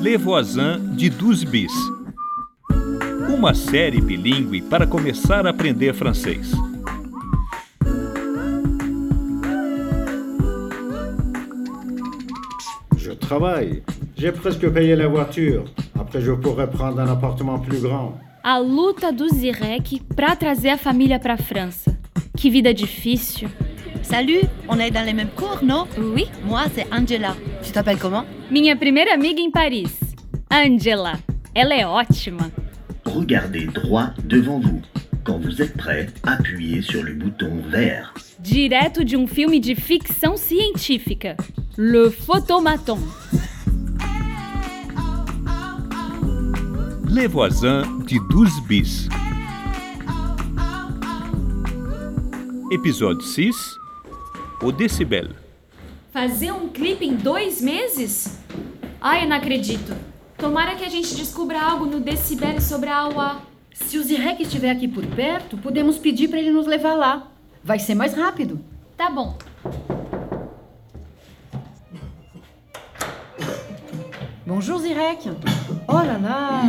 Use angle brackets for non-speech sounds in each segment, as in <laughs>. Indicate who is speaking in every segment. Speaker 1: Levoisin de Douze Bis. Uma série bilíngue para começar a aprender francês.
Speaker 2: Je travaille. J'ai presque payé la voiture. Après, je pourrais prendre un appartement plus grand.
Speaker 3: A luta do Zirek para trazer a família para a França. Que vida difícil.
Speaker 4: Salut, on est dans les mêmes cours, non
Speaker 3: Oui,
Speaker 4: Moi, c'est Angela. Tu t'appelles comment
Speaker 3: minha primeira amiga em Paris, Angela. Ela é ótima.
Speaker 5: Regardez droit devant vous. Quand vous êtes prêt, appuyez sur le bouton vert.
Speaker 3: Direto de um filme de ficção científica, Le Photomaton.
Speaker 1: Levoisin de Douze Bis. Episódio 6 O Decibel.
Speaker 6: Fazer um clipe em dois meses? Ai, eu não acredito. Tomara que a gente descubra algo no Decibel sobre a AUA.
Speaker 7: Se o Zirek estiver aqui por perto, podemos pedir para ele nos levar lá. Vai ser mais rápido.
Speaker 6: Tá bom.
Speaker 7: Bonjour Zirek. Oh là là,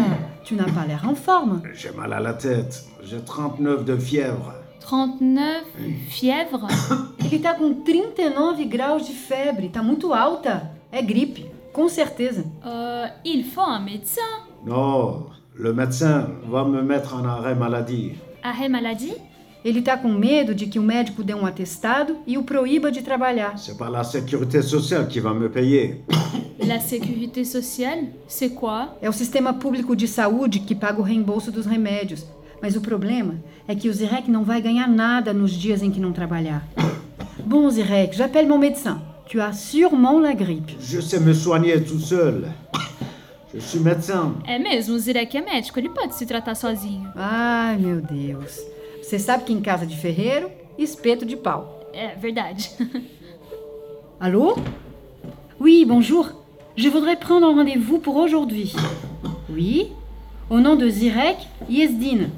Speaker 7: tu n'as pas l'air en forme.
Speaker 2: J'ai mal à la tête. J'ai 39 de fièvre.
Speaker 6: 39
Speaker 3: <coughs>
Speaker 6: fièvre?
Speaker 7: Ele tá com 39 graus de febre, tá muito alta. É gripe, com certeza.
Speaker 6: Euh, il faut un médecin.
Speaker 2: Non, le médecin va me mettre en arrêt maladie.
Speaker 6: Arrêt maladie?
Speaker 7: Ele tá com medo de que o médico dê um atestado e o proíba de trabalhar.
Speaker 2: C'est pas la sécurité sociale qui va me payer.
Speaker 6: La sécurité sociale? C'est quoi?
Speaker 7: É o sistema público de saúde que paga o reembolso dos remédios. Mas o problema é que o Zirek não vai ganhar nada nos dias em que não trabalhar. Bom, Zirek, j'appelle mon médecin. Tu as sûrement la grippe.
Speaker 2: Je sais me soigner tout seul. Je suis médecin.
Speaker 6: É mesmo, o Zirek é médico, ele pode se tratar sozinho.
Speaker 7: Ai, meu Deus. Você sabe que em casa de ferreiro, espeto de pau.
Speaker 6: É verdade. <laughs>
Speaker 7: Allô Oui, bonjour. Je voudrais prendre un rendez-vous pour aujourd'hui. Oui Au nom de Zirek Yezdin.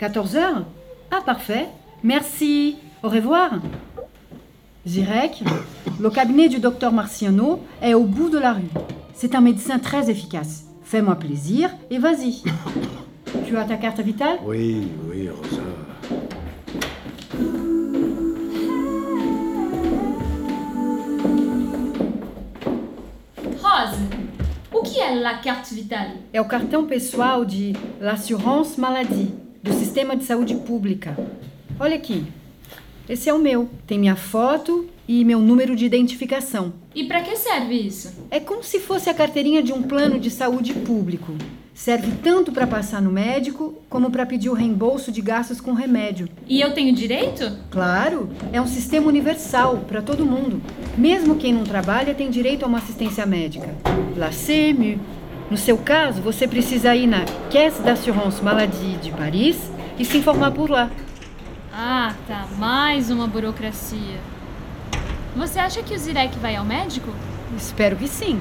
Speaker 7: 14h Ah, parfait. Merci. Au revoir. Zirek, le cabinet du docteur Marciano est au bout de la rue. C'est un médecin très efficace. Fais-moi plaisir et vas-y. Tu as ta carte vitale
Speaker 2: Oui, oui, Rosa.
Speaker 6: Rose, o que é la carte vitale?
Speaker 7: É o cartão pessoal de L'Assurance Maladie, do Sistema de Saúde Pública. Olha aqui. Esse é o meu. Tem minha foto e meu número de identificação.
Speaker 6: E pra que serve isso?
Speaker 7: É como se fosse a carteirinha de um plano de saúde público. Serve tanto para passar no médico como para pedir o reembolso de gastos com remédio.
Speaker 6: E eu tenho direito?
Speaker 7: Claro, é um sistema universal para todo mundo. Mesmo quem não trabalha tem direito a uma assistência médica. Laceme. No seu caso, você precisa ir na Caisse d'Assurance Maladie de Paris e se informar por lá.
Speaker 6: Ah, tá. Mais uma burocracia. Você acha que o Zirek vai ao médico?
Speaker 7: Espero que sim.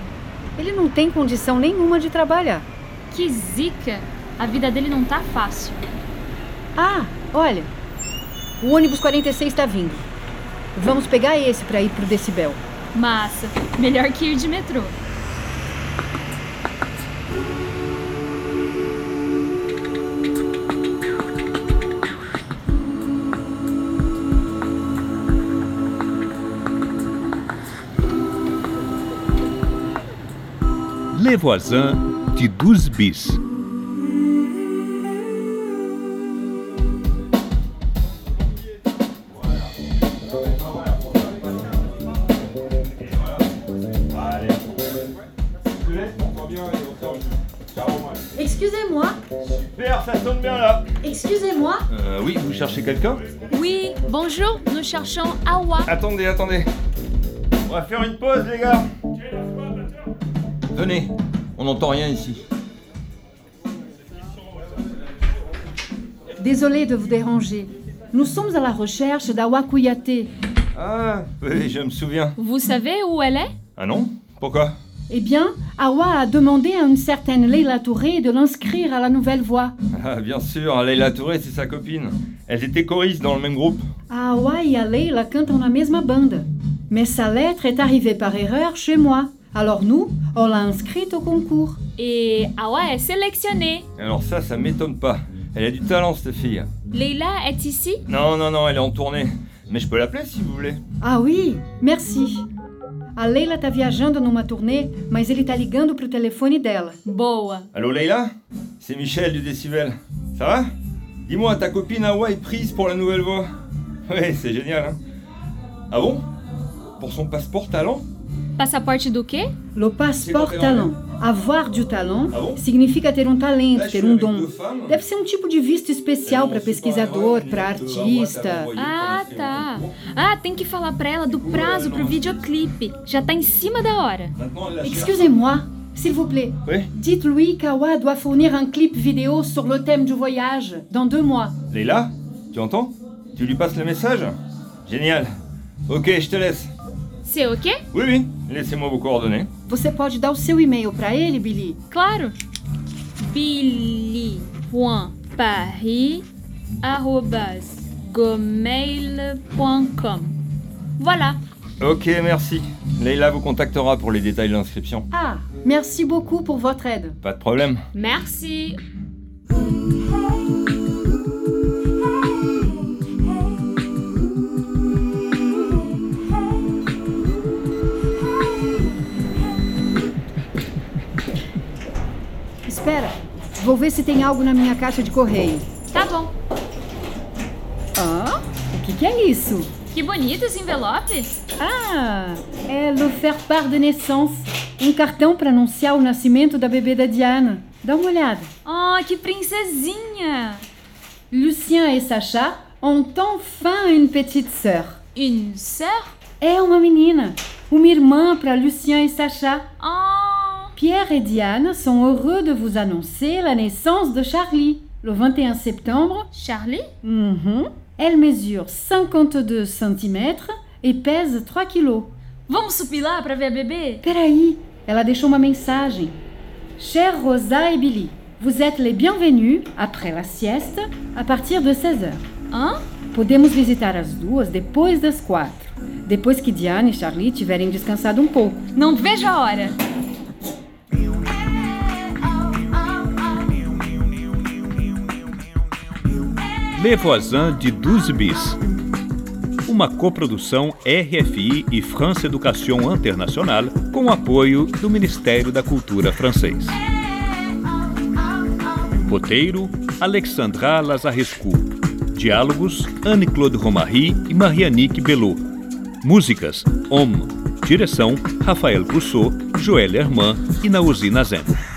Speaker 7: Ele não tem condição nenhuma de trabalhar.
Speaker 6: Que zica! A vida dele não tá fácil.
Speaker 7: Ah, olha. O ônibus 46 está tá vindo. Vamos pegar esse para ir pro Decibel.
Speaker 6: Massa, melhor que ir de metrô.
Speaker 1: Levoisin de Douze Bis.
Speaker 8: Je te laisse pour toi bien et on sort du- Carrément.
Speaker 7: Excusez-moi,
Speaker 8: Super, ça sonne bien là.
Speaker 7: excusez-moi.
Speaker 9: oui, vous cherchez quelqu'un
Speaker 6: Oui, bonjour, nous cherchons Awa.
Speaker 9: Attendez, attendez.
Speaker 8: On va faire une pause les gars.
Speaker 9: Venez, on n'entend rien ici.
Speaker 7: Désolée de vous déranger. Nous sommes à la recherche d'Awakuyate.
Speaker 9: Ah, oui, je me souviens.
Speaker 6: Vous savez où elle est?
Speaker 9: Ah non Pourquoi
Speaker 7: Eh bien, Awa a demandé à une certaine Leila Touré de l'inscrire à la nouvelle voie.
Speaker 9: Ah, bien sûr, Leila Touré, c'est sa copine. Elles étaient choristes dans le même groupe.
Speaker 7: A Awa et a Leila cantam na mesma banda. Mais sa lettre est arrivée par erreur chez moi, Alors nous, on l'a inscrite au concours.
Speaker 6: Et Awa est sélectionnée.
Speaker 9: Alors ça, ça m'étonne pas. Elle a du talent, cette fille.
Speaker 6: Leila é est ici
Speaker 9: Non, non, non, elle est en tournée. Mais je peux l'appeler si vous voulez.
Speaker 7: Ah oui, merci. A Leila tá viajando numa turnê, mas ele tá ligando pro telefone dela.
Speaker 6: Boa.
Speaker 9: Allô, Leïla C'est Michel du Décibel. Ça va Dis-moi, ta copine Hawa est prise pour la nouvelle voix. Ouais, c'est génial, hein Ah bon Pour son passeport talent
Speaker 6: Passaporte do quê?
Speaker 7: Le
Speaker 9: Sim,
Speaker 7: passeport talent. Avoir du talent
Speaker 9: hein. Ah bom?
Speaker 7: significa ter um talento,
Speaker 9: Là, je suis
Speaker 7: ter um
Speaker 9: avec deux
Speaker 7: dom.
Speaker 9: femmes. Eh,
Speaker 7: Deve ser um tipo de visto especial
Speaker 9: Elles m'ont
Speaker 7: para
Speaker 9: reçu par
Speaker 7: pesquisador,
Speaker 9: erreur,
Speaker 7: para
Speaker 9: une lettre de Hawa t'a
Speaker 7: artista.
Speaker 9: envoyée pour
Speaker 6: Ah,
Speaker 9: lancer
Speaker 6: tá.
Speaker 9: mon concours.
Speaker 6: Ah, tem que falar pra ela do prazo pro videoclipe. Já tá em cima da hora.
Speaker 9: Maintenant, elle la cherche.
Speaker 7: Excusez-moi, s'il vous plaît.
Speaker 9: Oui
Speaker 7: Dites-lui qu'Awa doit fournir un clip vidéo sur le thème du voyage dans deux mois.
Speaker 9: Leïla Tu entends Tu lui passes le message Génial. Ok, je te laisse.
Speaker 6: Seu o quê?
Speaker 9: Oui, oui, laissez-moi vos coordonnées.
Speaker 7: Você pode dar o seu e-mail para ele, Billy?
Speaker 6: Claro. billy.paris.gmail.com Voilà.
Speaker 9: Ok, merci. Leïla vous contactera pour les détails de l'inscription.
Speaker 7: Ah, merci beaucoup pour votre aide.
Speaker 9: Pas de problème.
Speaker 6: Merci.
Speaker 7: Espera, vou ver se tem algo na minha caixa de correio.
Speaker 6: Tá bom.
Speaker 7: Ah, o que, que é isso?
Speaker 6: Que bonito esse envelope.
Speaker 7: Ah, é le faire part de naissance. Um cartão para anunciar o nascimento da bebê da Diana. Dá uma olhada.
Speaker 6: Oh, que princesinha.
Speaker 7: Lucien et Sacha ont enfin une petite sœur.
Speaker 6: Une sœur?
Speaker 7: É uma menina, uma irmã para Lucien e Sacha.
Speaker 6: Oh.
Speaker 7: Pierre et Diane sont heureux de vous annoncer la naissance de Charlie. Le 21 septembre,
Speaker 6: Charlie?
Speaker 7: mhm, elle mesure 52 cm et pèse 3 kg.
Speaker 6: Vamos subir lá pra ver a bebê?
Speaker 7: Peraí, ela deixou uma mensagem. Chère Rosa et Billy, vous êtes les bienvenus après la sieste à partir de 16h.
Speaker 6: Hã?
Speaker 7: Podemos visitar as duas depois das quatro, depois que Diane e Charlie tiverem descansado um pouco.
Speaker 6: Não vejo a hora.
Speaker 1: Le Voisin de 12 Bis. Uma coprodução RFI e France Education Internacional com apoio do Ministério da Cultura francês. Roteiro: Alexandra Lazarescu. Diálogos: Anne-Claude Romary e Marianique Belot. Músicas: Homme. Direção: Rafael Rousseau, Joël Herman e Nauzi Nazem.